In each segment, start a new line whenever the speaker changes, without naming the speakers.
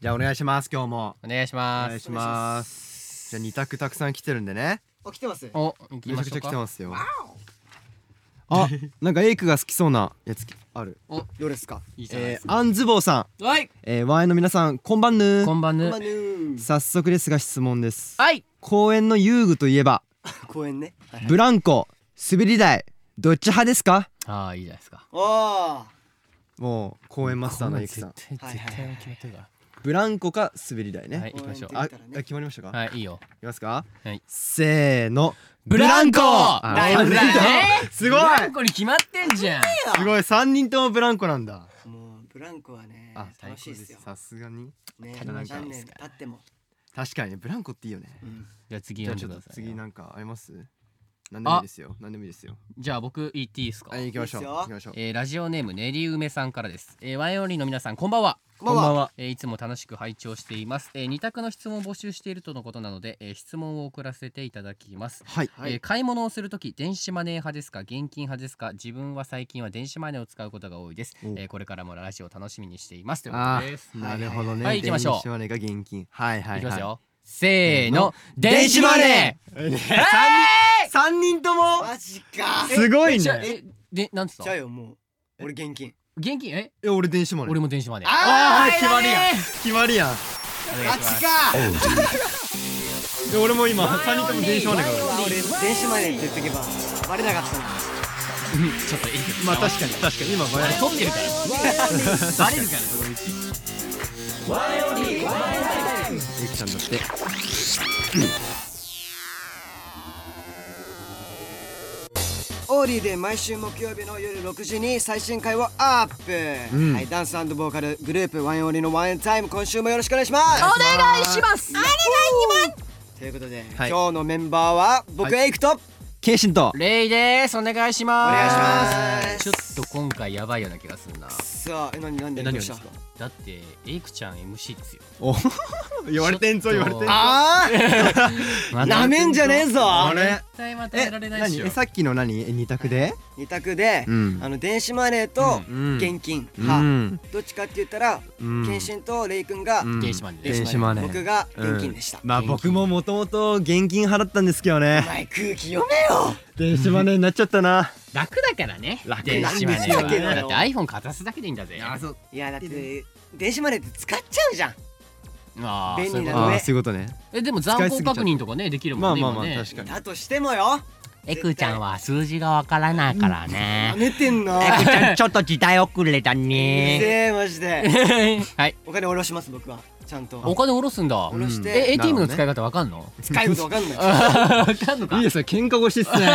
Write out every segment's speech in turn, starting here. じゃあお願いします今日も
お願いしま
お
す
願いしますじゃあ二択たくさん来てるんでね
あ来てます
お行き
めち
ま
ゃ
し
く
ょ
ちゃ
う
来て
か
ますよあなんかエイクが好きそうなやつある
どれですか
いいじゃないで
え
す
ー、アンズボーさん、
はい
えー、ワイの皆さんこんばんぬ
こんばんぬ
まぬー
早速ですが質問です
はい
公園の遊具といえば
公園ねはいはい
ブランコ滑り台どっち派ですか
ああいいじゃないですか
あ
もう公園マスターのエイクさん
絶対
はいはい
絶対決めてるか
ブランコか滑り台ね、
らはい行きましょう
応
あ
援できたらね
あ決まりましたか、い、
はいいいよ
きますか、
はい
せーの
ブランコ
あ
だよ
三人とも
ね
すごい
ブランコに決まってんじゃん
すごい三人ともブランコなんだ
あもうブランコはね
あ
楽しいですよ
さすがに
ね
足
りな
何
いじゃない
年
です
経
か
っても
確かにねブランコっていいよね
うん
じゃあ次
じゃ
読
あ
んで
ちょっ
くだ
と
さい
次なんかあります何でもいいですよ何でもいいですよ
じゃあ僕言っていいですか
はい行きましょう
いいっすよ
行きましょう
えーラジオネーム練り梅さんからです、えーワイオリンの皆さんこんばんは
こんばん
は
えーいつも楽しく拝聴しています、えー、二択の質問を募集しているとのことなので、えー質問を送らせていただきます、
はい、
はい
えー買い物をするとき電子マネー派ですか現金派ですか自分は最近は電子マネーを使うことが多いです、
お
えーこれからもラジオ楽しみにしていますということ
あ
です
ーなるほどね
はい行きましょう
電子マネーが現金はいはいはい
いきますよ、せ
せー
ーの
の
電子マネー
ー
え
三人とも
マジか
すごい
ーじゃあ
ね
えでなんつっ
じゃ
た
あよもう俺現金
現金え
え俺電子マネー
俺も電子マネー
あー
ー
決まりやん
選
決まりやん
お願い
べ
し
マ
ます
ジか
で俺も今三人とも電子マネーが
うわ俺電子マネーって言っとけばバレなかったな
ちょっといい
まあ確かに確かに今バレ
あれ撮ってるからバレるからそのうち
ゆきちゃんだって
オーリーで毎週木曜日の夜6時に最新回をアップ、
うん
はいダンスボーカルグループワンオーリーのワンエンタイム今週もよろしくお願いします
お願いします
ということで、
はい
今日のメンバーは僕、
は
エイクとお
ケイシンと
レイですお願いします
願いします
ちょっと今回やばいような気がするな
さあえ何何
え何
何ど
を
う
で
し
す
た
か
だってエイクちゃん MC ですよ
お 言われてんぞ
ち
言
ょっと
われてんぞ
あ
な
あ なめんじゃねえぞ
あれ
絶対まとめられないっし
何
ょ
えさっきの何え二択で
二択で、
うん
あの電子マネーと
うん
現金
う
派、
ん
どっちかって言ったら、
うん
謙信とレイ君が、
うん
電子マネー
電子マネー
僕が現金でした、
まあ僕ももともと現金払ったんですけど
お
ね
前空気読めよ
電子マネーになっちゃったな
楽だからね
楽
電子マネー
楽
は
だけど
だって iPhone かざすだけでいいんだぜ
そう
いやだって電子マネーって使っちゃうじゃん
あー
便利
そういうこ
な
と
ああそういうことね
えでも残高確認とかねできる
ま
もん
あ
ね
まあ
今
まあ
ね
確かに
だとしてもよ
エイクちゃんは数字がわからないからね
なめてん のうる
ちょっと時代遅れだ
せ
ね。
えマジで
はい。
お金下ろします僕はちゃんと
お金下ろすんだ。
下ろして、
え、
なるほど
ATM の
ね
使い方わかんの
使い道わ かんない
わかんのか
いいですね喧嘩腰っすね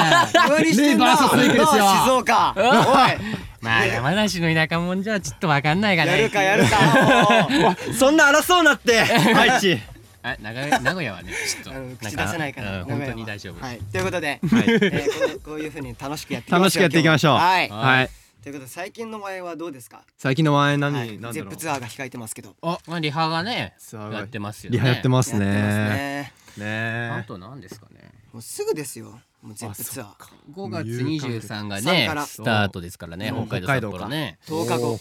無理してん
レイ
な
バーサスレイクですよ
なあ静岡お
まあ、山梨の田舎もんじゃちょっとわかんないが
いや
ね。
るかやる かもう
そんな争うな って愛知
あ名古屋名古屋はね、ちょっ
あ
と。
の口出せないから
うん本当に大丈夫。
はいということでえ
はい
ーこうこういうふうに楽しくやっていきましょう
楽しくやっていきましょう
今日はい
は
はい
ということで最近の場合はどうですか
最近のワイン
はい
何なんだ
ゼッ
ろう
プツアーが控えてますけど
あ、まあ、リハがね、
ツアーが
やってますよね。。
リハやってますす
やってます
ね
ね
あ
ね
と何ですかね。
もうすぐですよもうゼップツアー
5月23が
三
ね
から、
スタートですからね、
うん
北海道
北海道か
札幌ね。
10日後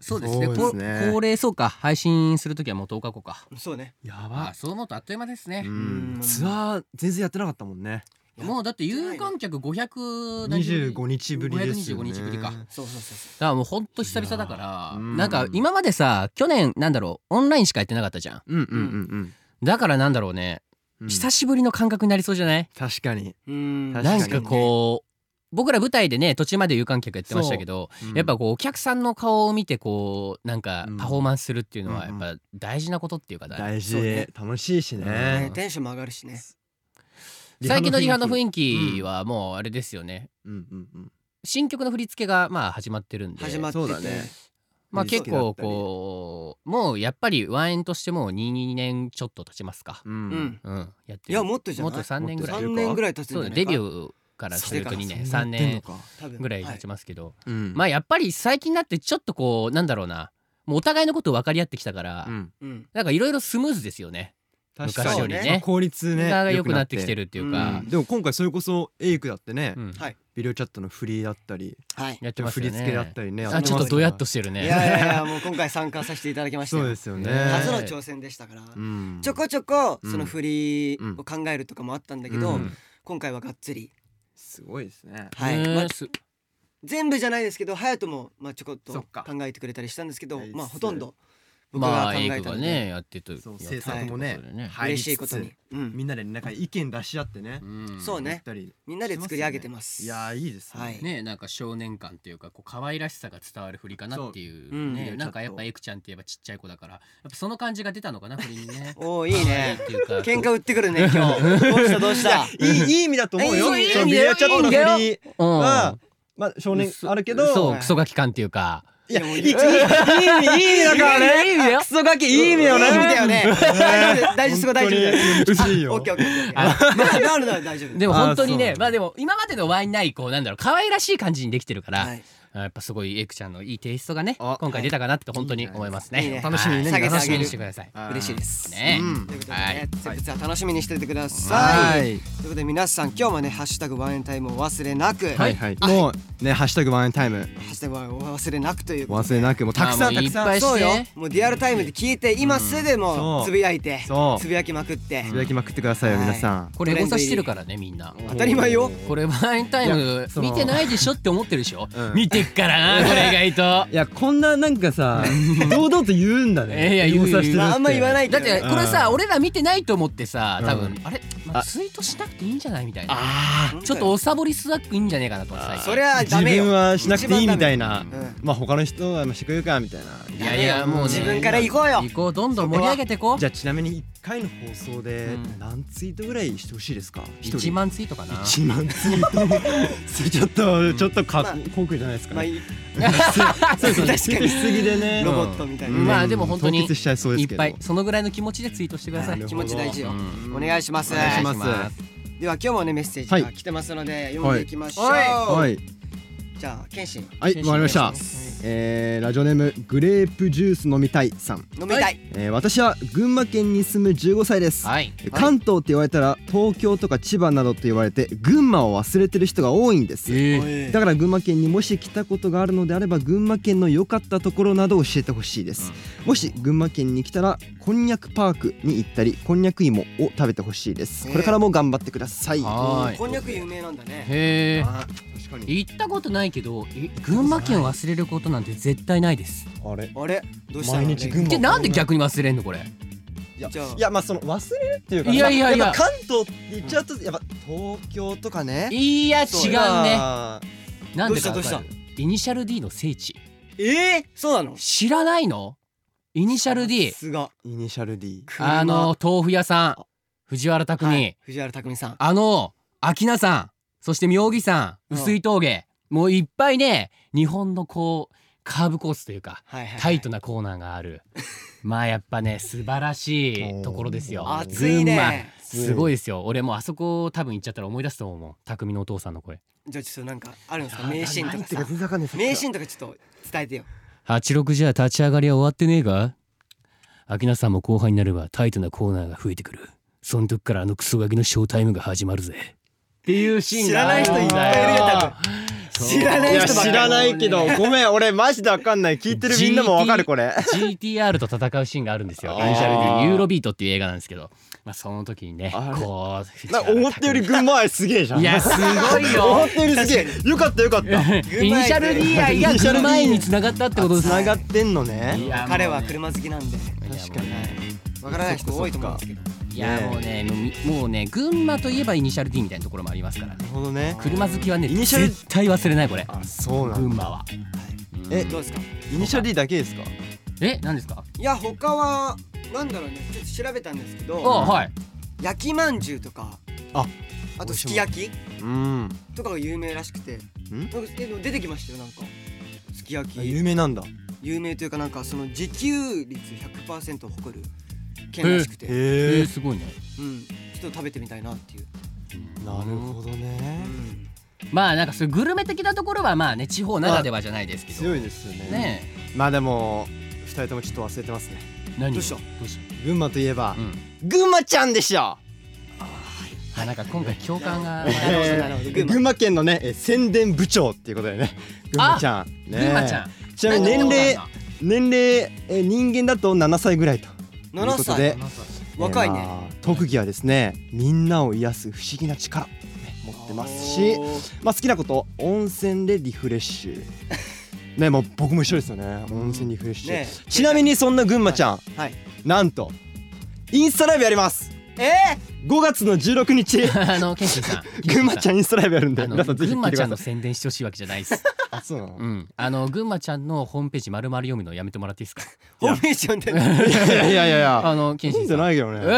そうですね。
そうですね
こ恒例そうか、配信するときはもう10日後か。
そうね
やば
あ、そう思うとあっという間ですね
う。
うん
んツアー全然やってなかったもんね
もうだって有観客500何十
25日ぶりですよね
525日ぶりかだか
そうそうそうそ
らもうほんと久々だから
いやーうん
なんか今までさ去年なんだろうオンラインしかやってなかったじゃん
うんうんうん
だからなんだろうね、
うん
久しぶりの感覚になりそうじゃない、
確かに
ううん
確
な
に
んかこう僕ら舞台でね途中まで有観客やってましたけど、やっぱこうお客さんの顔を見てこうなんか
うん
パフォーマンスするっていうの
う
はや
んう
っ
ん
ぱ大事なことっていうか、
大
そう
事
ね
楽しいし
ね
ね
テンションも上がるしね
最近のリハの雰囲
う
気
ん
はもうあれですよね
うんうんうん
新曲の振り付けがまあ始まってるんで
始まって
そう
て
だね
まあ
振り
結
付けだったり
構こうもうやっぱりワンエンとしてもう22年ちょっと経ちますか
う
うん
ん
うんやって
い
る
やもっとじゃ
も
な
っ
い
と3年ぐらい
もっと
3年ぐらい経つんじ
そ
ゃ
う
な
だ
いか
デビューからすると2年3年
多分
ぐらい
は
経ちますけど、
うん
まあやっぱり最近になってちょっとこうなんだろうなもうお互いのことを分かり合ってきたから、
うん
うん
なんかいろいろスムーズですよね
確
昔
か
よ
に
りね
ね効率ね
が良くなってきてるっていうか、
うん
でも今回それこそエイクだってね
うん
はい
ビデオチャットの振りだったり、
はい
やってますよね
振り付けだったりね
あちょっとドヤっとしてる
い
ね
やいやいやもう今回参加させていただき ました
そうですすよね。
ね
初の挑戦でしたから、
うん
ちょこちょこ
うん
その振りを考えるとかもあったんだけど、
うん
今回はがっつり、
すごいですね。
はい
ね
まあ
す
全部じゃないですけど隼人もまあちょこっと
そ
考
っか
えてくれたりしたんですけど
ナイス
まあほとんど僕
ま
が
あ
考え
エイ
た
ク
の
が
で、
ねやってと
そう
やって
制作もね
ということでね
はい
嬉しいことに、うん
みんなでなんか意見出し合ってね
う。ん
そうね
やったり
みんなで作り上げてます
いやーいいですね。
はい
ねなんか少年感というかこう可愛らしさが伝わる振りかなっていう
そううん
ね、
ちょっと
なんかやっぱエクちゃんって言えばちっちゃい子だからやっぱその感じが出たのかな振りに ね
おおいいね
っていうか
喧嘩売ってくるね今日どうしたどうした
いいいい意味だと思うよ。
えいい
その
いい
ビデ
意味だよ
オチャットの振
いい
り
うん
はまあ少年あるけど、
そうクソガキ感っていうか
いや
いやもう
いいいい意味いい意味だからね。
いい意味だよ
クソガキいい意味よね。
いい意味だよね
本当
大丈夫大丈夫大丈夫だよ
に嬉しいよ。
オッケーオッケーオッケーまあなるなる大丈夫
でも本当に
あそう
ね
なんだ
まあでも今までのワインないこうなんだろう可愛らしい感じにできてるから、
はい
あやっぱすごいエイクちゃんのいいテイストがね
あ
今回出たかなって本当に思いますね
いいね
はい
楽しみにね
はい
皆さん
楽しみにしてください
はい
嬉しいです
ね、
うん
ということで
はい
ね節々は楽しみにしててくだ
は
さい
い。
ということで皆さん今日もねハッシュタグワンエンタイムをお忘れなく
はいはい。もうねハッシュタグワンエンタイム
ハッシュタグワンを忘れなくという
お忘れなくもうたくさんた
あもうい
く
っ
さん
ぱい
そうよ
して
もうリアルタイムで聞いて今すぐも
そう
うつぶやいて
そう
つぶやきまくって
つぶやきまくってくださいよ
はい
皆さん。
これエゴサしてるからねみんな
当たり前よ
これワインタイ
い
ム
やその
見てないでしょって思ってるでしょ、
うん
見てっからなこれ意外
いやこんななんかさ堂々と言うんだね。
いや言う
交差してるって
まああんま言わない
とだ
け
っ
ど
て
ね
これさ、俺ら見てないと思ってさ多分、
う
あれ、まあ、
あ
ツイートしなくていいんじゃないみたいな
あ
ちょっとおさぼりスワックいいんじゃねえかなと思って
あ。
さ
それはダ
自
メよ
分はしなくていいみたいな
一番ダメようん。
まあ他の人はしてくれるかみたいな。
いやいやもうね
自分から行こうよ
行こうどんどん盛り上げてこ
じゃあちなみに一回の放送で
うん
何ツイートぐらいしてほしいですか？
う
一
1
人。
万ツイートかな
1万ツイート ちょっとちょっとか
まあ
航空じゃないですか
まあ
ね。
いい
そうですね。
確か
行き
に
過ぎでね。
ロボットみたいな
うん
まあでも本当に
凍結しちゃいそうで
い
す
っ
けど。
ぱいそのぐらいの気持ちでツイートしてください
なる
気
ほど
持ち大事よ
うん
お願いします
お願いします
お願いし
では今日もねメッセージ
は
が
い
来てますので読んでいきましょう
はい
じゃあ謙信
はいわかりました。えーラジオネームグレープジュース飲みたいさん。
飲みたい
えー私は群馬県に住む15歳です。
はい
関東って言われたら東京とか千葉などと言われて群馬を忘れてる人が多いんです、
はい
だから群馬県にもし来たことがあるのであれば群馬県の良かったところなどを教えてほしいです、もし群馬県に来たらこんにゃくパークに行ったりこんにゃく芋を食べてほしいです、
えー
これからも頑張ってください
はーい
こんにゃく有名なんだね
へえ
あ確かに
行ったことないけどえ群馬県忘れることなんて絶対ないです
あれ
あれどうしたの
毎日群馬
でなんで逆に忘れんのこれ
いや
じゃあ
いやまあその忘れるっていうか
いやいやいや
っぱ関東って言っちゃうとやっぱ東京とかね
いや違
そう
うね
あー
なんでか
どうした
わかるイニシャル D の聖地
えーそうなの
知らないのイニシャル D
さすが
イニシャル D
車
あの豆腐屋さん藤原拓
は
に、
い藤原匠さん
あの秋名山そして妙義山
うん
薄い峠、もういっぱいね日本のこうカーブコースというか
はいはいはい
タイトなコーナーがあ るまあやっぱね素晴らしいところですよ
おー
暑いね
すごいですよ俺もうあそこ多分行っちゃったら思い出すと思うもん匠のお父さんの声
じゃあちょっとなんかあるんですか名シーンとかさ
全然わかんない
名シーンとかちょっと伝えてよ
86じゃ立ち上がりは終わってねえか秋名さんも後半になればタイトなコーナーが増えてくるその時からあのクソガキのショータイムが始まるぜっていうシーンが
知らない人いっぱいいるよ多
そう
知らない
や
人ばっかり
知らないけど ごめん俺マジでわかんない聞いてるみんなもわかるこれ
GTR と戦うシーンがあるんですよ。
あ
イ
ー
ニシャル D ユーロビートっていう映画なんですけど、まあその時にね、
あれ
こう
な思ったより群馬愛すげえじゃん
いやすご いよ。
思ったよりすげえよかったよかった
イニシャル D 愛が
イニシャル D
群馬愛に繋がったってことです
つな
ね。
がってんの
い
ね
やもうね
彼は車好きなんで
確かに
わからない人多いと思うんですけど
いやもうね、もうみもうね、群馬といえばイニシャル D みたいなところもありますから
な
ね。
るほどね
車好きはね、
イニシャル
絶対忘れないこれ。
あそうな
群
んだ
馬は。
え
どうですか
イニシャル D だけですか
え、何ですか？
いや他はなんだろうねちょっと調べたんですけ
あ、
ど
はい。
焼きまんじゅうとか
あ
あとすき焼き
うん
とかが有名らしくてなんかえでも出てきましたよなんかすき焼
あ
き
有名なんだ
有名というかなんかその自給率100%を誇る県らしくて
え
へ
ー、すごいね。
うんちょっと食べてみたいなっていう
なるほどね
まあなんかそういうグルメ的なところはまあね地方ならではじゃないですけど。
強いですよね
ね
まあでも二人ともちょっと忘れてますね
え。何を
どうした
どうし
群馬といえば
た？うん。
群馬ちゃんでしょ
は
あなんか今回共感 が
えー
なるほど
群馬県のねえー宣伝部長っていうことでね群馬ちゃんね
群馬ちゃん
ちなみに年齢年齢えー人間だと7歳ぐらいという
7
こと
歳
で
若い
えー
ね
まあ特技はですねみんなを癒す不思議な力、ね、持ってますし
おー
まあ、好きなこと温泉でリフレッシュねもう僕も一緒ですよね温泉リフレッシュ、
ね
ちなみにそんな群馬ちゃん、
はい
なんとインスタライブやります
え
5月の16日
あのケンシンさん
群馬ちゃんインスタライブやるんで
あの
皆さんぜひ来
群馬
てく
ちゃ
だ
んの
さい
宣伝してほしいわけじゃないです
あそうなの
うん、あの群馬ちゃんのホームページ丸々読むのやめてもらっていいですか。
ーホームページ読んでんの
いやいやいやいや
あの、謙
いい
信
んじ
さ
ゃ
ん。い
ないけどね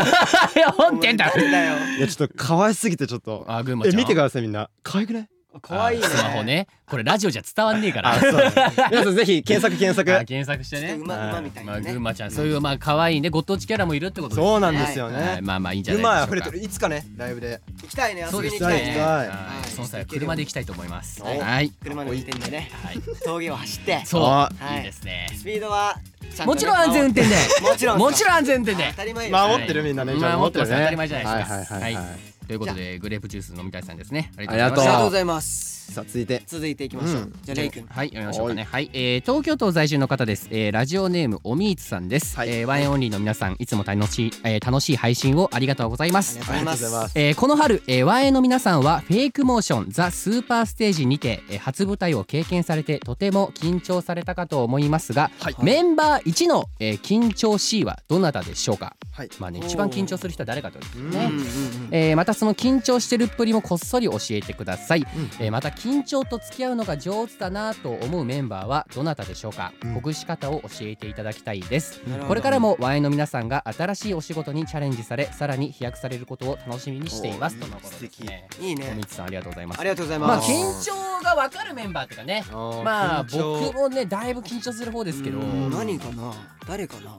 や、 本店 だ。
だよ
いやちょっと可愛すぎてちょっと
あ、群馬ち
え
ゃん。
見てくださいみんな可愛くない
可愛いね
あスマホね、これラジオじゃ伝わんねえから。
あ そうなの皆さんぜひ検索検
あ
索
検索して
ちょ
ね
っと。馬馬みたい
ま
な
あ、
ね
群馬ちゃん、そういうまあ可愛いね、ご当地キャラもいるってことです。
そうなんですよ
はい
ね
まあまあいいんじゃ
群馬
ない
溢
で
れ
し
て
ょうか。
るいつかねライブで
行きたいね
そ
遊
うで
びに行
す
行
きたい
き
ね
たい
は
はい
い、その際は
行けるよ
車で行きたいと思います。
はい
はい。
車の運転でね
はい。
峠を走って
そう。
あ
はい
いいですね。
スピードはちゃんとね
もちろん安全運転で。
もちろん
もちろん安全運転で
当。たり前です
守ってるみんなね
はい
ちゃんと
守ってます
ね
当たり前じゃないですか
はいはいはいはい
はということで、グレープジュース飲みたいさんですね。あり
ありがと
ありがとう
ま
ございます
さあ続いて
続いていきましょう、
うん
じゃあレイ君
はい、読みましょうかね。はい、えー東京都在住の方です。えーラジオネームおみーつさんです。
はい
えーワインオンリーの皆さん、いつも楽しい、えー楽しい配信をありがとうございま
あ
す
り。がとうございます
ありがとうございます
えーこの春、えー、ワンエの皆さんはフェイクモーションザ・スーパーステージにて、えー初舞台を経験されてとても緊張されたかと思いますが、
はい
メンバー1の、えー緊張 C はどなたでしょうか、
はい
まあね、一番緊張する人は誰かというとね、
うんうんうん
えーまたその緊張してるっぷりもこっそり教えてください、えーまた緊張と付き合うのが上手だなと思うメンバーはどなたでしょうか、
うん
ほぐし方を教えていただきたいです
なるほど
これからもワインの皆さんが新しいお仕事にチャレンジされさらに飛躍されることを楽しみにしています
おー
とのことですね
いい
お
ね
みつさんありがとうございます
ありがとうござい
まあ
ます、
緊張がわかるメンバーっていうかねまあ僕もねだいぶ緊張する方ですけど
うん
何かな誰かな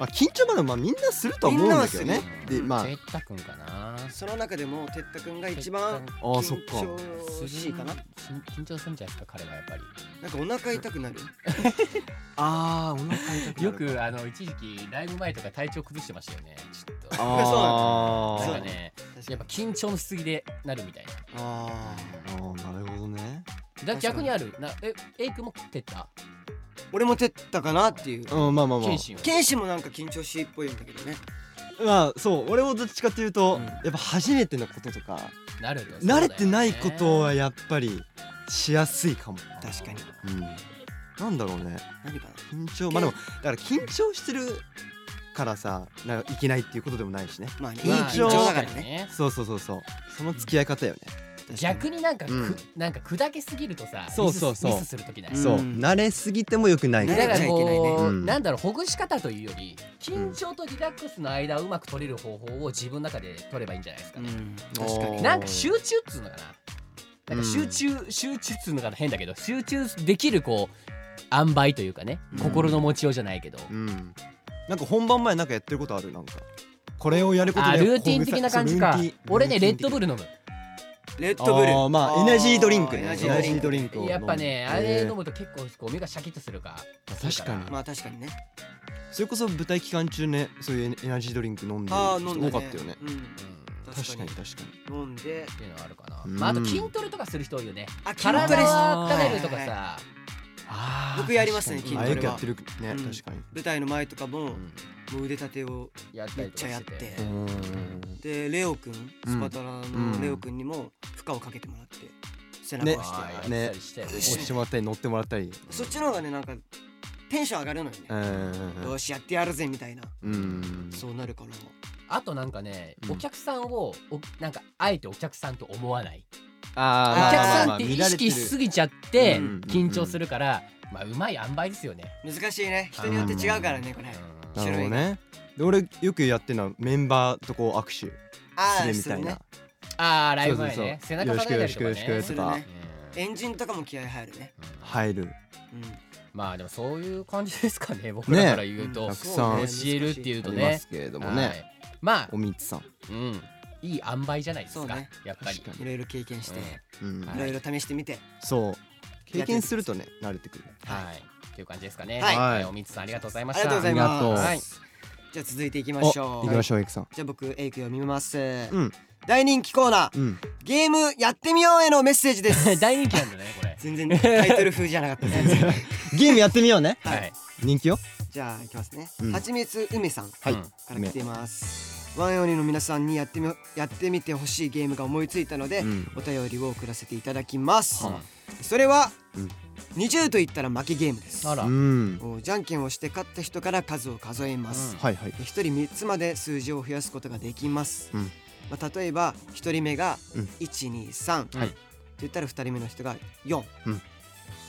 まあ緊張までまあみんなすると思うんだけどね
みんなは。す
で
る
まあ
ジェッタ君かな
その中でも哲太くんが一番
あーそっか
緊張しいかな
緊張するんじゃないですか彼はやっぱり
なんかお腹痛くなるあーお腹痛くなる
よくあの一時期ライブ前とか体調崩してましたよねちょっと
あー
な ん
そう
か
だね
ね
確か
やっ
に
ぱ緊張のしすぎでなるみたい
あ
あーなるほどね。
なだ
確かに
逆にあるなえエイ君もってった
ー俺も哲太かなっていう
うんまあまあま
謙信は
剣士もなんか緊張しいっぽいんだけどね
あ。まあそう俺もどっちかというと、
うん
やっぱ初めてのこととか
慣れて、
慣れてないことはやっぱりしやすいかも。
確かに
うん。なんだろうね
何かな
緊張まあでもだから緊張してるからさなんかいけないっていうことでもないしね。
まあね
緊張
緊張だからね
そうそうそうそうその付き合い方よね。
逆になんかく、
うん
なんか砕けすぎるとさ
そうそうそう
ミスミスするときない、
うん
そう慣れすぎても良くないか
慣
だ
ら
れ
か
ね。
ら
ちゃいけないね
こう、
うん
なんだろうほぐし方というより緊張とリラックスの間をうまく取れる方法を自分の中で取ればいいんじゃないですか
う
ね、
ん確か
お
に
ー
なんか集中っつうのかななんか集中、集中っつうのかな変だけど集中できるこう塩梅というかね、
うん
心の持ちようじゃないけど、
うん。なんか本番前なんかやってることあるなんか。これをやること
あ
で
ルーティン的な感じか俺ねレッドブ
ル
ル飲む
レッドブル
あーまあエナジードリンクね
あーエナジ
エナジ
ー
ー
ド
ド
リ
リ
ン
ン
ク
クを
やっぱねあ
え
れ
ー
飲むと結構こう目がシャキッとするか
確かに
まあ確かにね
それこそ舞台期間中ねそういうエナジードリンク飲んでる
ああ飲ん
人
だ
多かったよね
うん
うん
確
確
か
か
に
に確か
飲んで
っていうのはあるかな、
うん
まあ、あと筋トレとかする人多いよね
あ筋トレ
体を温めるとか
はいはい
さあー
僕やりますね
確
に
か
あ
に
よ
筋ト
く
レ
や
は
ってるね
うん
確かに
舞台の前とかも
う
も
ん
う腕立てを
やった
めっ
りと
ち
か
ゃやっ
しててて
でレオくんスパトラ
う
の
ん
レオくんにも負荷をかけてもらって背
ね
中を
あ
して、
ーやったりして
押してもらったり乗ってもらったり
そっちの方がねなんかテンション上がるのよ
う
ね、よ
ん
しやってやるぜみたいな、
うん
そうなるから
あとなんかね、
うん
お客さんをおなんかあえてお客さんと思わないお
あ
客
ー
さん
まあまあま
っ
あ
て
見
意
られて
識
る
しすぎちゃって
うん
緊張するから、まあうまい塩梅ですよね。
難しいね人によって違うからねこれ
うん
なるほどねで俺よくやってるのはメンバーとこう握手する
ああ
みたいな
あーライブ
そう
前
そう
ね
そ
背
う
中叩いたりとか
よろしくよろ
ね
し
す
くよろしく
る
とか
ねエンジンとかも気合入るね、
うん
入る
うん、
まあでもそういう感じですかね僕らから言うと、
ね
たくさん
教えるっていう
あ
と
り
ね
ますけれども
は
ね
いまあ
おみつさん
うんいい塩梅じゃないです
そう
か、
ね
やっぱり
確か
いろいろ経験して、
うん
はい
いろいろ試してみて
そう経験するとね慣れてくる
はいという感じですかね
はい
おみつさんありがとうございま
あ
し
り
た
がとうござい
ありがと
ま
う
す
はい
じゃあ続いていきま
お
しょ
行
う
きましょうエイクさん
じゃあ僕エイク読みます、
うん
大人気コーナー
うん
ゲームやってみようへのメッセージで す
大人気なんだねこれ
全然タイトル風じゃなかったです
ゲームやってみようね
はい
人気よ
じゃあいきますね
うん
はちみつ梅さん
はい
うん
から来ていますワンオニの皆さんにやってみやってみてほしいゲームが思いついたので、
うん
お便りを送らせていただきます、
は
それは、
うん
20と言ったら負けゲームです
あら
うん
おじゃんけんをして勝った人から数を数えます、
はいはい
で一人3つまで数字を増やすことができます、
うん
まあ、例えば1人目が
うん
123、
はい
って言ったら2人目の人が4、
うん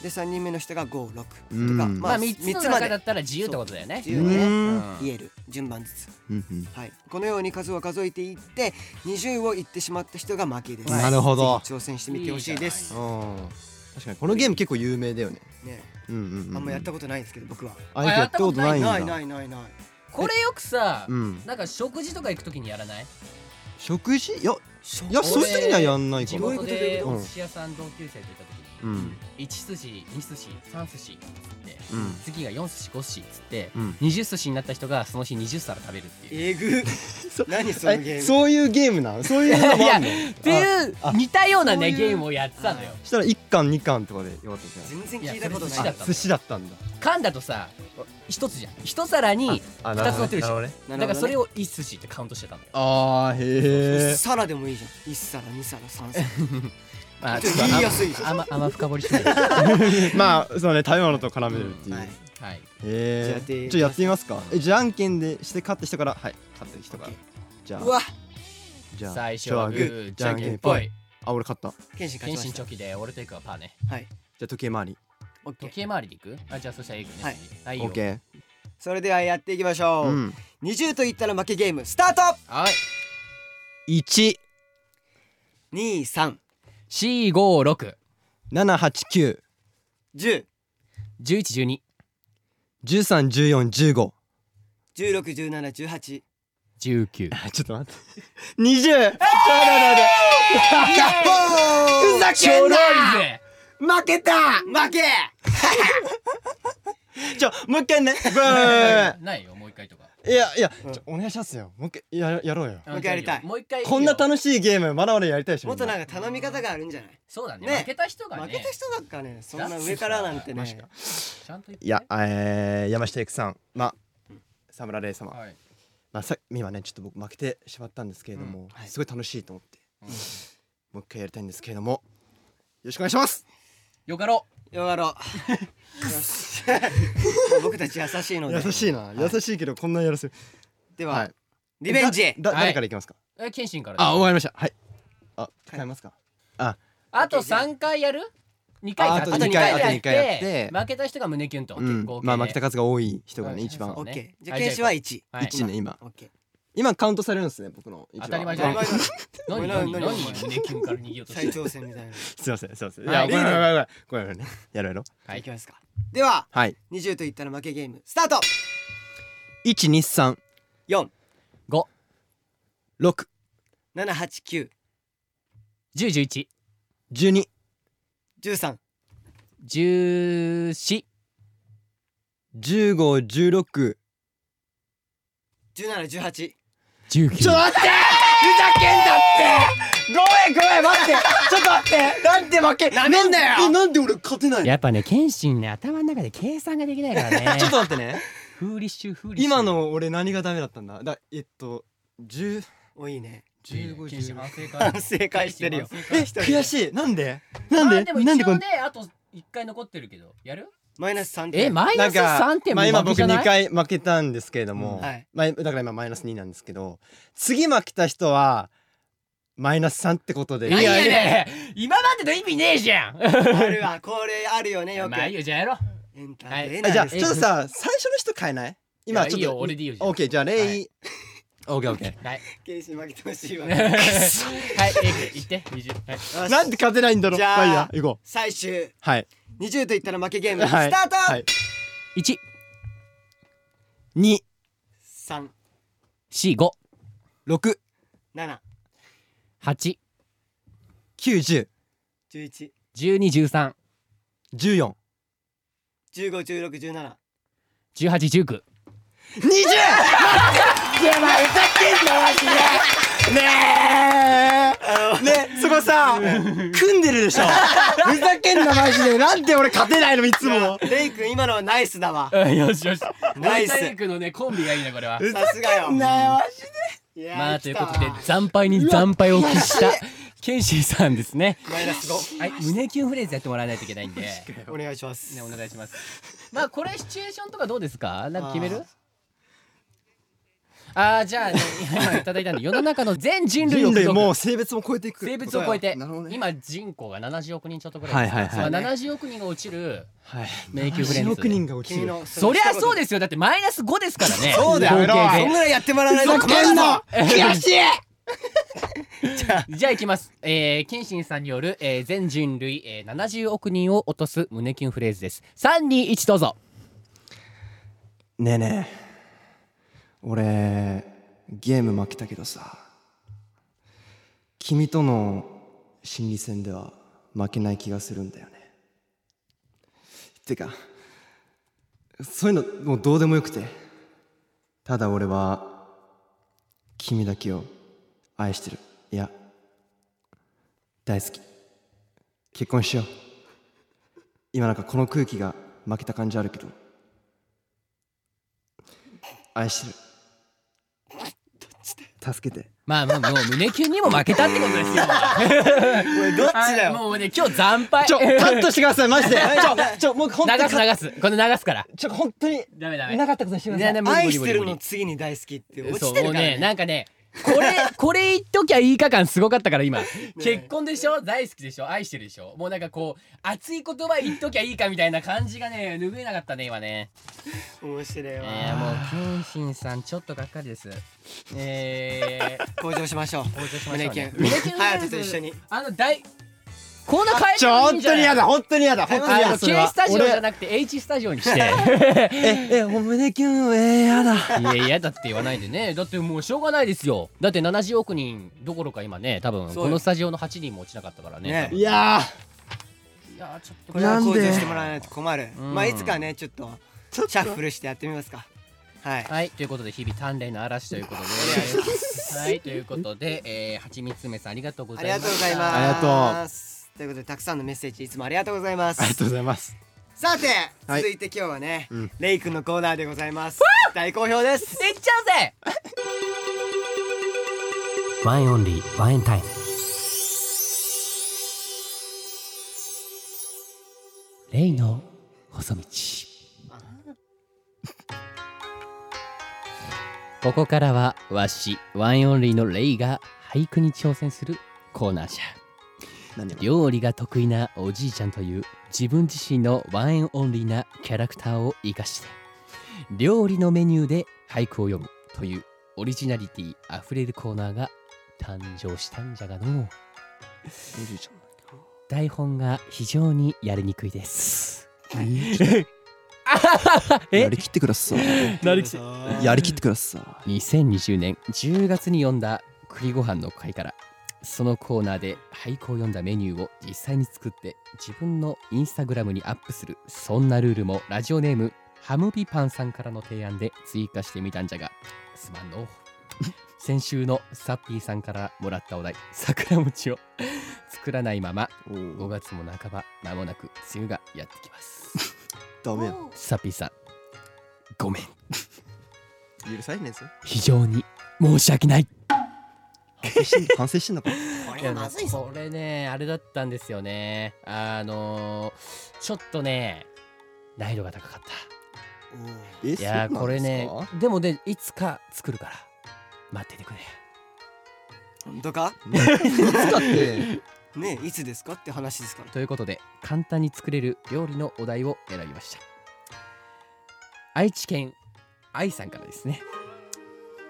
で3人目の人が56とか、
うん
まあ三つの中だったら自由ってことだよね
自由ね
うん
言える順番ずつ、
うんうん
はい、このように数を数えていって20を言ってしまった人が負けです、
なるほど
ぜひ挑戦してみてほしいです
い
あー確かにこのゲーム結構有名だよね
ね、
うんうんうん
あんまやったことないんですけど僕は、
あやったことないん
ない
だ
ないないない
これよくさ
うん
なんか食事とか行くときにやらない
食事いやいやそういう時にはやんないか
地
な
どういう
元
こと
で
どういうこと
お寿司屋さん同級生といたとき
う
に
ん
1寿司2寿司3寿司っつって
うん
次が4寿司5寿司っつって
うん
20寿司になった人がその日20皿食べるってい う
えぐ何そのゲー
え
ム
そういうゲームなのそういうのもあん の
っていう
ああ
似たようなね
そういう
ゲームをやってたのよ
したら一巻二巻とかでよかったじゃない
全然聞いたこと
いやそれ寿司だ
ない
った
寿司だったんだ
缶だとさ一つじゃん一皿に
あ
二つ乗ってるし
なほどね
だからそれを一寿司ってカウントしてたのよ
あーへえ
皿でもいいじゃん1皿2皿3皿
まあ
ちょっと
あん
言いやすいです
あんまあんま深掘りしないでは
まあそうね食べ物と絡めるっていう、
はい
い
じゃあや
へ
っ
え
て
ちょっとやってみますかえじゃんけんでして勝った人からはい勝った人から
OK
じゃ
う
あ
わ
じゃあ
最初はグ
じゃあ
ーじゃんけんぽい
あ俺勝った
謙信
謙
勝ちま
信
し
チョキで俺といくはパーね
たはい
じゃあ時計回り
オッケー
時計回りでいくあじゃあそしたらいいね
はい
はい
オッケ
それではやっていきまし
ー
ょう、
うん
20と言ったら負けゲームスタート
はい
一
2310
4 5 6
七八九
1 1 1 2
十三十四十五
161718
1 9
ちょっと待って二十ちょっと待って待って
お
ふざ
ち
け
ょ
んな
ろ
い
ぜ
負けた
負け
ちょもう一回ねブー
ないよもう一回とか
いやいや、
うん
ちょお願いしますよもう一回ややろうよ
もう一回やりたい
もう一回
こんな
し
楽しいゲームまだまだやりたいでしょ
もっと
みん
な
なん
か頼み方があるんじゃない
そうだね
ね
負けた人がね
負けた人なんかねそんな上からなんて
マ
ね
ジか
ちゃんと言って
いや、えー、山下育さんまあ沢村玲様、
はい
まあ、さ今ねちょっと僕負けてしまったんですけれども、
はい
すごい楽しいと思って、
うん
もう一回やりたいんですけれどもよろしくお願いします
よかろう
よがろうよし僕たち優しいので
優しいな、
はい
優しいけどこんなやらせる
では、
はい
リベンジ
だだ
はい
誰からいきますか、
え謙信から
あ終わりましたはいあ使いますか、
あと3回やる2回か
あと
二回
やって
あと二回やって
負けた人が胸キュンと、
うん
合計で
まあ負けた数が多い人が
は
ね
い
一番
そ
オ
う
ッ
ね
ケーじゃあ
はい
剣士は1
はい
一ね今
オッケー
今カウントされるんですね僕の一番
当たり前じゃ
頑
な
張
い
ります
何何
何何
何胸キュンから逃げようとして
再
る
挑戦みたいな
すいませんすいません、
はい
い、やごめんごめんごめんごめんごめんねやろうやろう
はい
いきますかでは
はい
20と言ったら負けゲームスタート
一二三
4
5
六
7 8 9
1 0 1
十二
1 3
1 4
十五十六
1 7 1 8
1 9
待ってふざけんだってごめんごめん待ってちょっと待ってなんで負けなめんだよえなんで俺勝てないの
やっぱね謙信ね頭の中で計算ができないから ね
ちょっと待 ってね
フーリッシュフーリッシュ
今の俺何がダメだったんだだえっと十
おいいね
十五
謙信
十
反省
反
会
省会してるよ
え
え
悔しいなんでな
なんん
で
で
なんで
も一
こ
応
れ
ねあと1回残ってるけどやる
マイナス3点
えマイ
な
ナ
ん
ス
か
3点
ま
も
あ今
負け
僕
じゃな
2
い
回負けたんですけれども、
うん
はい
まあだから今マイナス2なんですけど次負けた人はマイナス3ってことで
いやいやいや今までの意味ねえじゃん
あるわこれあるよねよく
まあいいよじゃあやろう
エンターテイナ
あじゃ
ー
あ
で
ち
す
ょっとさ最初の人変えない今
いや
ちょっと
いいよ俺でいいよじゃあ
オッケーじゃあレ イオッケーオッケ
はい
剣士負けてほしいわ
はいえいって20はい
ー
よし
なんで勝てないんだろう
じゃあ
まあいいや行こう
最終
はい
20と言ったら負けゲームスタ
はい
ート、
はい
1
2
3
4 5
6
7
8
9 1
11
12 13
0 1 4
15 16 17
18 19
20! 待っていやばいふざけんなマジでね
もさ組んでるでしょ ふざけんなマジでなんで俺勝てないのいつも
レイ君今のはナイスだわ
あよしよし。
ナイス
森田育のね、コンビがいいね、これは。
さすがよ
なよ
いやー
まあ、ということで
来た、
惨敗に惨敗を喫した、ケンシーさんですね。
マイナス 5
はい、胸キュンフレーズやってもらわないといけない んで。
お願いします
ね、お願いします。まあ、これシチュエーションとかどうですか、なんか決める。ああ、じゃあ、ね、今いただいたんで、 世の中の全人類を
人
除
類
く
もう性別も超えていく
生物を超えて
なるほど、ね
今人口が70億人ちょっとぐらいですか
はいはいはい
まあ70億人が落ちる
はい
迷宮フレンズ
16人が落ち
君
る
の
そりゃそう
で
ですよだってマイナス5ですからね
そうだよ
合計
そんぐらいやってもらわないと
ふざけんな悔 しい
でじゃあいきますえー、謙信さんによる、えー、全人類、えー、70億人を落とす胸キュンフレーズです321どうぞ
ねえねえ俺ゲーム負けたけどさ君との心理戦では負けない気がするんだよねてかそういうのもうどうでもよくてただ俺は君だけを愛してるいや大好き結婚しよう今なんかこの空気が負けた感じあるけど愛してる助けて
まあもうもう胸キュンにも負けたってことですよ
どっちだよ
もうね今日惨敗
ちょ、カットしてください、マジで。ちょ、ちょ、もう本当に
流
カッ、
す流すこれ流すから
ちょ、本当に、
ダメダメ
なかったことにしてください。
ねね無理無
愛
理
し
無
て
理無理
るの次に大好きって落
そ
ち
う
て
も
る
う
から
ね
ね
なんかねこれ これ言っときゃいいか感すごかったから今、結婚でしょ大好きでしょ愛してるでしょもうなんかこう熱い言葉言っときゃいいかみたいな感じがね拭えなかったね今ね
面白いわ
えー、もう謙信さんちょっとがっかり ですえー
向上しましょう
登場しましょうね
胸
胸
キ
キュ
ュン
ン
隼人と一緒に
あの大こんな変え
ち
て
ょ
もいい
本
んじゃ
当
な
に
い
やだ本当にやだ本当に
あ
やだ
の
それ
K
は
スタジオじゃ
俺
なくて H スタジオに して
え、え、お胸キュン、えー、やだ。
いやいやだって言わないでねだってもうしょうがないですよだって70億人どころか今ね多分
そうよ
このスタジオの8人も落ちなかったからね
ね
いや
いやーちょっと
これは向上
なんで
してもらわないと困る
うん
まあいつかねちょっとシャッフルしてやってみますかはい
はいということで日々鍛錬の嵐ということ ではいということで、えー、はちみつめさんありがとうござ
あ
い
り
ます
がとうございます
ありが
ということでたくさんのメッセージいつもありがとうございます
ありがとうございます
さて
はい
続いて今日はねレイくんのコーナーでございます大好評です
いっちゃうぜ
ワインオンリー、ワインタイム。
レイの細道ここからはわしワンオンリーのレイが俳句に挑戦するコーナーじゃ
何が
料理が得意なおじいちゃんという自分自身のワンオンリーなキャラクターを生かして料理のメニューで俳句を読むというオリジナリティあふれるコーナーが誕生したんじゃがのう
おじいち
台本が非常にやりにくいです。
ゃん。
え
やりきってください。
なりきせ
やりきってくださ
2020年10月に読んだ栗ご飯の会からそのコーナーで俳句を読んだメニューを実際に作って自分のインスタグラムにアップするそんなルールもラジオネームハムビパンさんからの提案で追加してみたんじゃがすまんのう 先週のサッピーさんからもらったお題桜餅を作らないまま
い。お
5月も半ば間もなく梅雨がやってきます
ダメや。
サッピーさんごめん
許されねえぞ。
非常に申し訳ない
反省してんのか。
こ
いやこれねあれだったんですよねあのーちょっとね難易度が高かった
え、
いやーこれねでもねいつか作るから待っててくれ
本当か
だって。
ねいつですかって話ですから
ということで簡単に作れる料理のお題を選びました愛知県愛さんからですね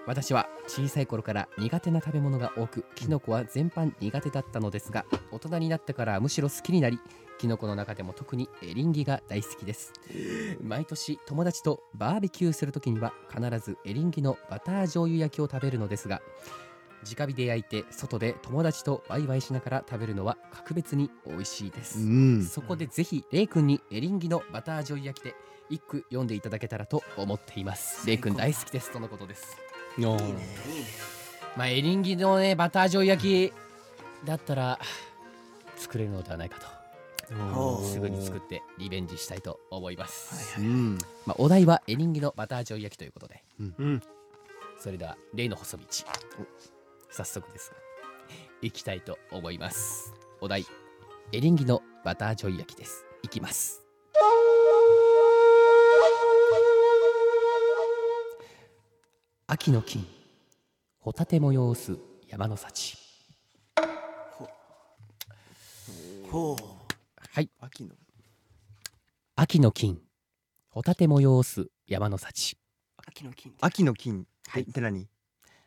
私は小さい頃から苦手な食べ物が多くキノコは全般苦手だったのですが大人になってからむしろ好きになりキノコの中でも特にエリンギが大好きです毎年友達とバーベキューする時には必ずエリンギのバター醤油焼きを食べるのですが直火で焼いて外で友達とワイワイしながら食べるのは格別に美味しいです、
うん。
そこでぜひレイ君にエリンギのバター醤油焼きで一句読んでいただけたらと思っていますレイ君大好きですとのことです
いいねいいね
まあエリンギのねバター醤油焼き
だったら作れるのではないかとすぐに作って
リベンジしたいと思います、
うん
まあ、お題はエリンギのバター醤油焼きということで、
うん
それでは例の細道早速ですがいきたいと思いますお題エリンギのバター醤油焼きですいきます秋の金ホタテも様子山の幸
ほ
はい
秋の
秋の金ホタテも様子山の幸
秋の金って
秋の金
はい
って何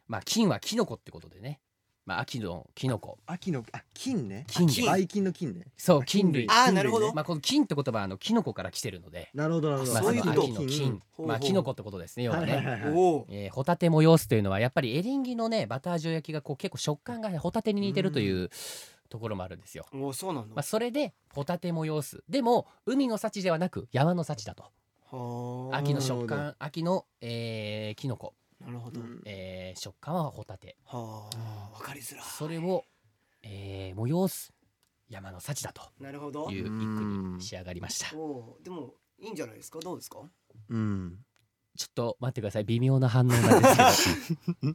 まあ金はキノコってことでねまあ秋のキノコ
秋のあ金ね
金
金
愛金の金ね
そう菌類
ああなるほど
まあ、この菌って言葉はあのキノコから来てるので、
なるほどなるほど
まあ、
そ
そう
い
の
うこと
秋の菌、
ほうほう
まあ、キノコってことですね要は
はいはい
ね、
はいはい
おお
えーホタテも様子というのはやっぱりエリンギのねバター塩焼きがこう結構食感がホタテに似てるというところもあるんですよ、
おおそうなんだ
まあ、それでホタテも様子でも海の幸ではなく山の幸だと
はあ
秋の食
な
感秋の、えー、キノコ、
なるほど
うん
えー、食感はホタテ
はあわかりづら
それを、えー、催す山の幸だと
なるほど
いう一句に仕上がりました
おおでもいいんじゃないですかどうですか
うん
ちょっと待ってください微妙な反応なんですけど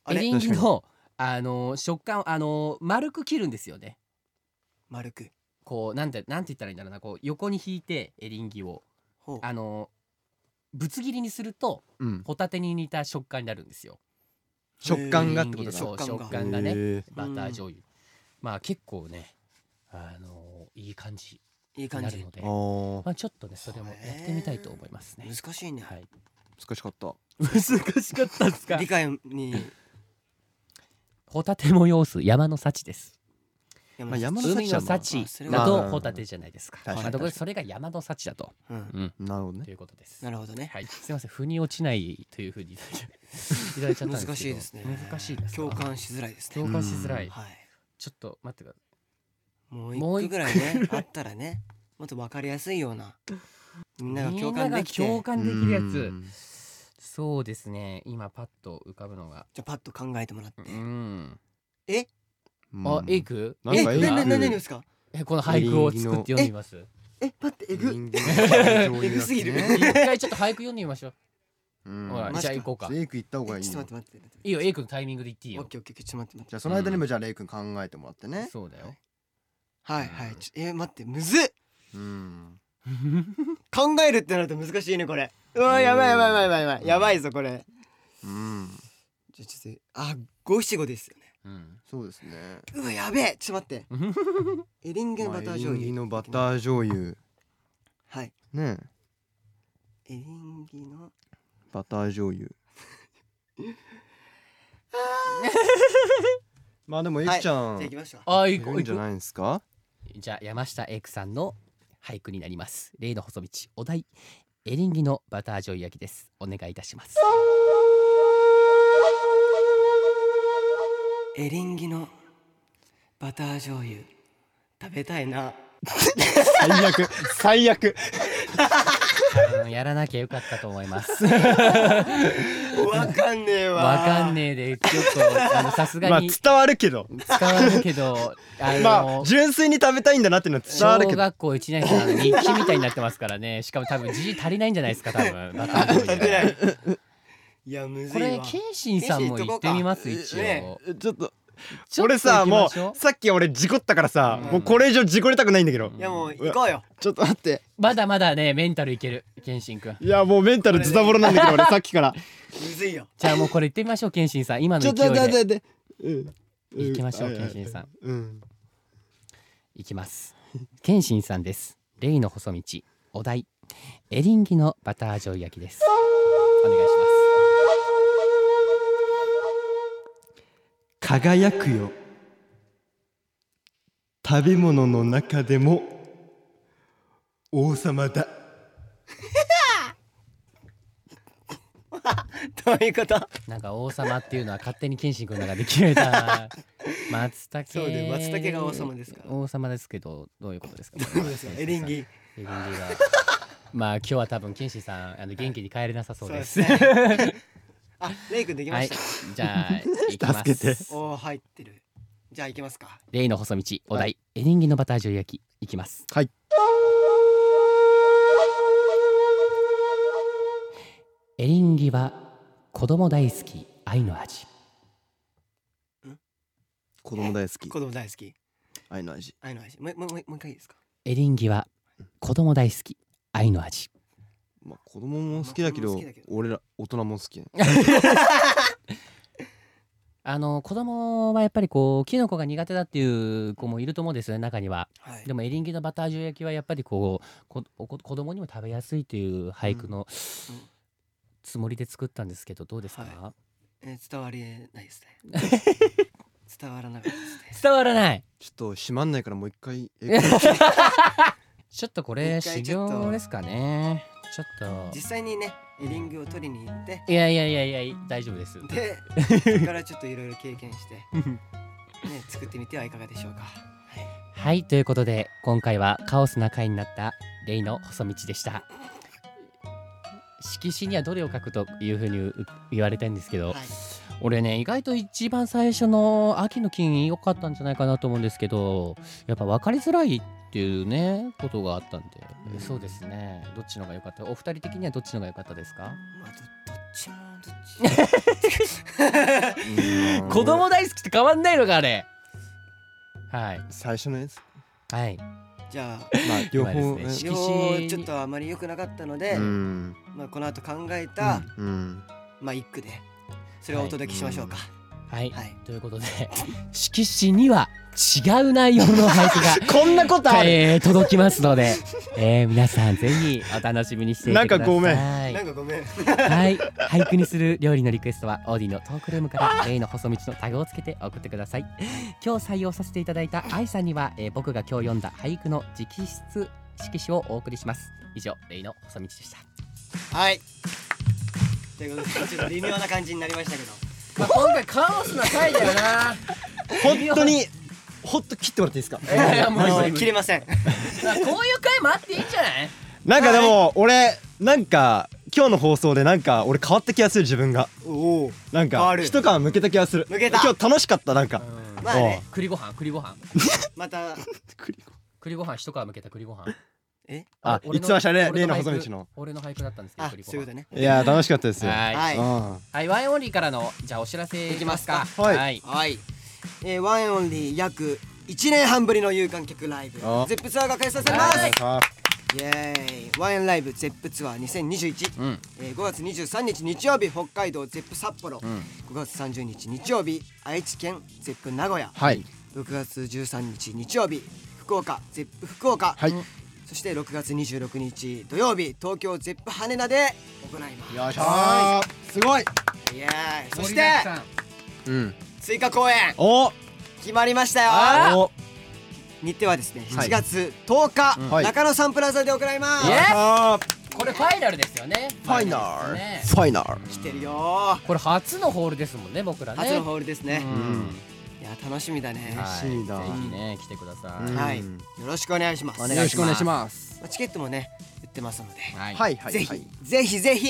あ
エ
れ
リンギのあの食感をあの丸く切るんですよね
丸く
こうなんてなんて言ったらいいんだろうなこう横に引いてエリンギを
ほう
あのぶつ切りにすると
うん
ホタテに似た食感になるんですよ
食感がって
エリ
こ
ンギ
と
の
だ
そう
食感が
食感がね
ね
バター醤油まあ結構ねあのいい感じ
いい
に
感
なる
じ
ので
あー
まあちょっとねそれもやってみたいと思いますね
難しいね
はい
難しかった
難しかったですか
理解に
ホタテも様子山の幸です
まあ山の幸
海の
は
幸
まあそれは
だ
ま
と
あ
ホタテじゃないですか。
確かに
まあところで
確
それが山の幸だと、
うん
うん、
なるほど
と
ね
いうことです。
なるほどね
はい、すみません、腑に落ちないというふうにいただ いちゃいただいちゃったんですけど。
難しいですね
難しいですか。
共感しづらいですね
共感しづらい。
はい
ちょっと待ってくださ
もう一
もう
個
一。
ぐらいねあったらねもっとわかりやすいようなみんないが共感できて
みんなが共感
じ
できるやつ
う。ん
そうですね。今パッと浮かぶのが。
ゃあパッと考えてもらって
うん。
うん
あ、エイク？
なんか
え
エイ
な
ク
なな何ですか
え、この俳句を作って読んでみます。
え待ってえ
エ
ぐ
リンギのバター醤油
えぐすぎる
焼きね
一回ちょっと俳句読んでみましょう。
うん
ほら、
マ
じ
ジ
ゃ
か
あ行こうか。
レイ君行った方がいい
えちょっと
よ
待って待って待って
いいよ、エイクのタイミングで言っていい
オッ
よ。
ケーオッケーオッケーちょっと待って
じ
待
ゃ
っ
あその間にもじゃあレイ君考えてもらってね
そうだよ。
てはいはいちょえ待ってむずっ
うん
考えるってなると難しいねこれうわやばいやばいやばいやばいやばいやばいぞこれ
うん
じゃあちょっとあ五七五ですよね
うん。
そうですね
うわやべえちょっと待ってエリンギの
まあ
バター
エリ
醤
ンギ
油
のバター醤油
はい
ね
エリンギの
バター醤油まあでもエイクちゃん、
じゃあ行
い
きましょう
あ、行
け
こ
る
う。
ん
行
じ
く
ゃないんですか
じゃあ山下英久さんの俳句になります例の細道お題エリンギのバター醤油焼きですお願いいた します
エリンギのバター醤油食べたいな
最悪最悪
うんやらなきゃよかったと思い ます
わかんねえわ
わかんねえでちょっとあのさすがに使
わるけど
わるけどあの、
純粋に食べたいんだなっていうのは
小学校1年生なのに日記みたいになってますからねしかも多分字足りないんじゃないですか多分バタ ー醤
食べ
油
ないいやむず
こ
い
れ
わ
ケイシンさんも言ってみます
ケイ
一
シン
応、
行っと
ちょっと
ちょっと
俺さも
行きましょ
うさっき俺事故ったからさ、
うん
もうこれ以上事故りたくないんだけど、
いやもう行こうよ
ちょっと待って
まだまだねメンタルいけるケンシンくん
いやもうメンタルズタボロなんだけど俺さっきから
むずいよ
じゃあもうこれ言ってみましょうケンシンさん今の
ちょ
勢い
っと
で
待って待って待ってうん
行きましょ
は
う、
い
ケ
は
ン
い
シンさん。
うん
行きます。ケンシンさんです。レイの細道、お題、エリンギのバター醤油焼きです。お願いし
輝くよ食べ物の中でも王様だ
どういうこと
ます。なんか王様っていうのは勝手にケンシン君の中で決めた。松茸。
そうね松茸が王様ですから
王様ですけど、どういうことですか。
エリンギ
エリンギが。まあ今日は多分ケンシンさんあの元気に帰れなさそうです。
あレイ君できま
は
し
い
た、
じゃあ行きます
助けて
おお入ってるじゃあ行きますか
レイの細道お題、エリンギのバター醤油焼きいきます
はい
エリンギは子供大好き愛の味
子供大好き
子供大好き
愛の味
愛の味もうもうもうもう一回いいですか
エリンギは子供大好き愛の味
まあ子供も好きだけ
まあ
ど
子供も好きだけど
俺ら大人も好き
あの子供はやっぱりこうキノコが苦手だっていう子もいると思うんですよね中には
はい
でもエリンギのバター塩焼きはやっぱりこうこお子子供にも食べやすいという俳句の
うんうん
つもりで作ったんですけどどうですか、
はえー伝わりないですね伝わらなかったですね
伝わらない
ちょっと閉まんないからもう一回英語
ちょっとこれ
一
修
回ちょっと
行ですかねちょっ
実際にねエリンギを取りに行って
といやいやいやいや大丈夫です
でそれからちょっといろいろ経験して、ね、作ってみてはいかがでしょうか
はいということで今回はカオスな回になったレイの細道でした色紙にはどれを書くというふうにう言われたんですけど、
はい
俺ね意外と一番最初の秋の金良かったんじゃないかなと思うんですけどやっぱ分かりづらいっていうねことがあったんで、そうですねどっちのが良かったお二人的にはどっちのが良かったですか
まあどどっちもどっちも
子供大好きって変わんないのかあれはい
最初のやつ
はい
じ ゃあ
まあ両
うまい
方
ですね色
両
紙
方ちょっとあまり良くなかったので、
うん
まあ、この後考えた、
うん
まあ一句でそれをお届けしましょうか、
はい、
はい
ということで色紙には違う内容の俳 句が
こんなことある
えー届きますので、えー皆さんぜひお楽しみにしていてください
なんかごめん
なんかごめん
はい、俳句にする料理のリクエストはオーディのトークルー ムからレイの細道のタグをつけて送ってください今日採用させていただいた愛さんには、えー僕が今日読んだ俳句の直筆色紙をお送りします以上レイの細道でした
はいということでちょっと微妙な感じになりましたけど、まあ、今回カオスな回だよな
本当 にほっと切ってもらっていいですか
いやもう
あの切れません
こういう回もあっていいんじゃない
なんかでも俺なんか今日の放送でなんか俺変わった気がする自分が
おお
なん
変わ
か
る
一皮向けた気がする
向けた
今日楽しかったなんか
まあね
栗ご飯栗ご飯
また
栗ご飯一皮むけた栗ご飯
え
あ言
俺
っ
の
てましたね
俺
例の
俳句
細道の
俺の俳句だったんですけど
あ
栗ご
そういう
飯
ことね
いや楽しかったですよ
はい
はい
うん
はいワインオンリーからのじゃあお知らせいきますか
いき
ますかはい
はい、えー、ワンエンオンリー約1年半ぶりの有観客ライブ
あ
ゼップツアーが開催されます、
はい
あ
イエーイワンエンライブゼップツアー2021、
うん
えー5月23日日曜日北海道ゼップ札幌、
ん
5月30日日曜日愛知県ゼップ名古屋
はい
6月13日日曜日福岡ゼップ福岡、
はい
そして6月26日土曜日東京ゼップ羽田で行います
よいしょーすごい
イエーイそして追加公演
お
決まりましたよ
お
日程はですね
はい
7月10日、
はい
中野サンプラザで行います、
イエーイ
あ
これファイナルですよね
ファイナ
ル
ル
ですね
ファイナル
来てるよー
これ初のホールですもんね僕らね
初のホールですね、
ん
いや楽しみだね、
はい
嬉しいな
ぜひね来てください、
うん
はいよろしくお願いします
お願いしますよろしくお願いし
ますチケットもね売ってますので、
はい
はいはい
ぜひ、
はい
ぜひぜひ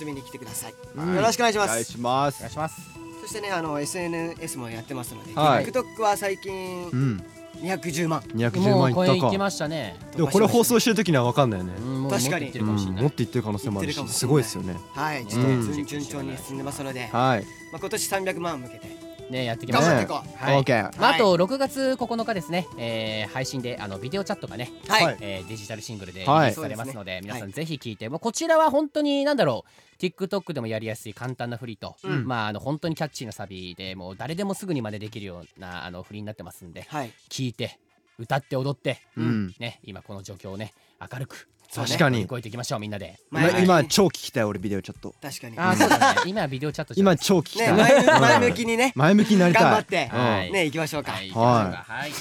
遊びに来てください、
うん
よろしくお願いし
お
ます
願いします
します
そしてねあの SNS もやってますので、
はい
TikTok は最近
うん
210万
210
も
万
う
い
これ行
っ
き
たか
ましたね、
でもこれ放送してる時には分かんないよね
うんもう
確かに
もっと行ってるかもしれない、
うんもっと言ってる可能性もある
言ってるかも
し
しれない
すごいですよね
はいちょっと
うん
順順調に進んでますので、ま
はい
あ、今年300万向けて
ねやってきま
頑
し
張
た
って
ね
いこう、
はい
オッケー
まあ、あと6月9日ですね、えー配信であのビデオチャットがね、
はい、
はい
えーデジタルシングルでリリ
はい
ースされますので、皆さんぜひ聞いて、もうこちらは本当になんだろう TikTok でもやりやすい簡単な振りと、
うん
まああの本当にキャッチーなサビでもう誰でもすぐに真似できるようなあの振りになってますんで
はい
聞いて歌って踊って、
うん
ね今この状況をね明るく
そうね
確か
乗
に
り越えていきましょうみんなで。
前向きに
今超聞きたい俺ビデオちょっと
確かに
あーそうだね 今ビデオチャットじゃない
今超聞き
ね
たい
前向前
うん
向きにね
前向きになりたい
頑張って、
はい
ね行きましょうか、
はい、はい、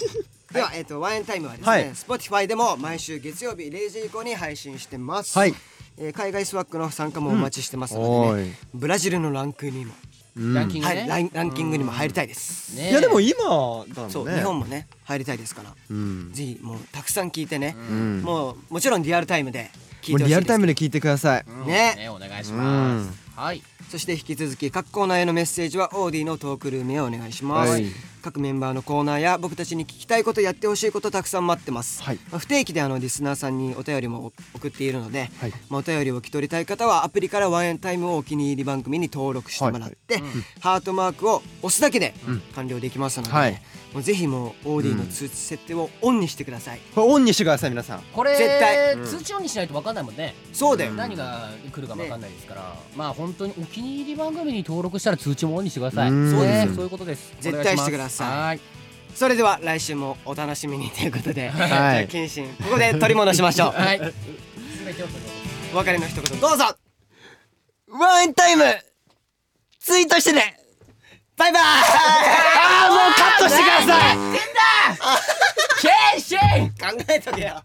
では、えっとワインタイムはです
は
ね、
い
Spotify でも毎週月曜日0時以降に配信してます、
はい
えー海外スワックの参加もお待ちしてますの
お
で、
ー
ね
い
ブラジルのランクにも、
うん
ランキング
は
ね、
い、ランランキングにも入りたいです、
ね
いやでも今だもんね
そう、日本もね入りたいですから、
うん
ぜひもうたくさん聞いてね、
うんも
もうもちろんリアルタイムで聞いうてほしいです
リアルタイムで聞いてください
ね
ねお願いします、はい
そして引き続き各コーナーへのメッセージはオーディのトークルームへお願いします、
はい
各メンバーのコーナーや僕たちに聞きたいことやってほしいことたくさん待ってます、
はい
まあ不定期であのリスナーさんにお便りも送っているので、
はい
まあ、お便りを聞き取りたい方はアプリからワンエンタイムをお気に入り番組に登録してもらって、ハートマークを押すだけで完了できますので、
はい
もうぜひもうオーディの通知設定をオンにしてください、
これオンにしてください皆さん
これ
絶対
通知オンにしないと分かんないもんね、
そうだよ、
何が来るかも分かんないですから、まあ本当にお気に入り番組に登録したら通知もオンにしてください、
うん
そう
です
ねそういうことです
絶対
お願います
してください
はーい
それでは来週もお楽しみにということで、じゃ
は
あ
い
謙信ここで取り戻しましょう
はい
お別れの一言どうぞ
ワンエンタイムツイートしてねバイバイ ああもうカットしてください
謙信
考えとけよ